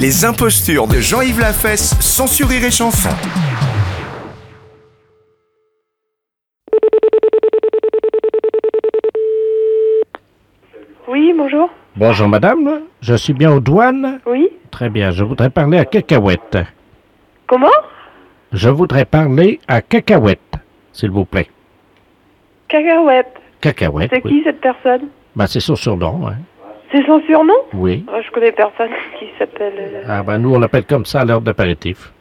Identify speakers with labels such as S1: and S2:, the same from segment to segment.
S1: Les impostures de Jean-Yves Lafesse, sans sourire et chanson.
S2: Oui, bonjour.
S3: Bonjour madame, je suis bien aux douanes.
S2: Oui.
S3: Très bien, je voudrais parler à Cacahuète.
S2: Comment
S3: Je voudrais parler à Cacahuète, s'il vous plaît.
S2: Cacahuète.
S3: Cacahuète,
S2: C'est
S3: oui.
S2: qui cette personne
S3: Ben, c'est son surnom, hein.
S2: C'est son surnom
S3: oui.
S2: Ah, Je connais personne qui s'appelle. euh,
S3: Ah ben, nous, on l'appelle comme ça à l'heure d'apéritif.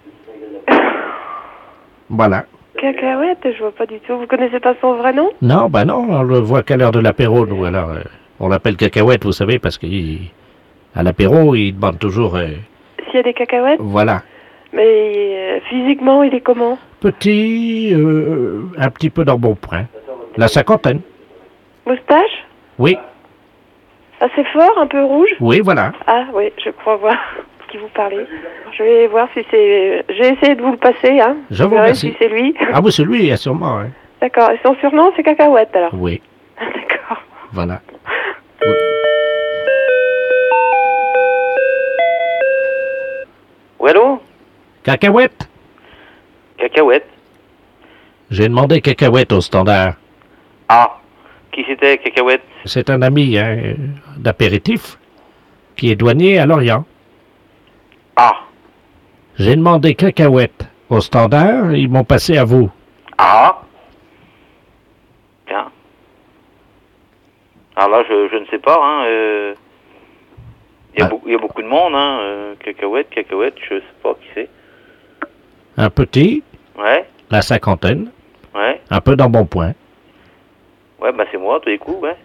S3: Voilà.
S2: Cacahuète, je vois pas du tout. Vous connaissez pas son vrai nom
S3: Non, ben non, on le voit qu'à l'heure de l'apéro, nous, alors. euh, on l'appelle Cacahuète, vous savez, parce qu'à l'apéro, il demande toujours... euh,
S2: S'il y a des cacahuètes
S3: voilà.
S2: Mais euh, physiquement, il est comment
S3: Petit... euh, un petit peu dans bon point. La cinquantaine.
S2: Moustache
S3: Oui,
S2: Assez fort, un peu rouge
S3: oui, voilà.
S2: Ah oui, je crois voir qui vous parlez. Je vais voir si c'est. euh, J'ai essayé de vous le passer, hein.
S3: Je vous
S2: verrai
S3: remercie.
S2: si c'est lui.
S3: Ah oui, c'est lui, sûrement, hein.
S2: D'accord. Et son surnom, c'est Cacahuète alors.
S3: Oui,
S2: D'accord.
S3: voilà.
S4: Oui, allô
S3: Cacahuète
S4: Cacahuète.
S3: J'ai demandé cacahuète au standard.
S4: Ah, qui c'était Cacahuète
S3: C'est un ami hein, euh, d'apéritif qui est douanier à Lorient.
S4: Ah,
S3: J'ai demandé cacahuète au standard, ils m'ont passé à vous.
S4: ah. Tiens. Alors Ah, là, je, je ne sais pas, hein. euh, Il y, a
S3: Ah.
S4: beau- il y a beaucoup de monde, hein. euh, cacahuète, cacahuète, je sais pas qui c'est.
S3: Un petit,
S4: Ouais,
S3: la cinquantaine,
S4: ouais,
S3: un peu dans bon point.
S4: ouais, bah c'est moi, tous les coups, ouais.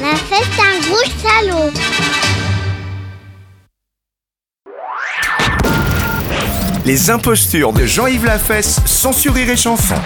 S5: La fête, c'est un gros salaud.
S1: Les impostures de Jean-Yves Lafesse, sans sourire et chanson.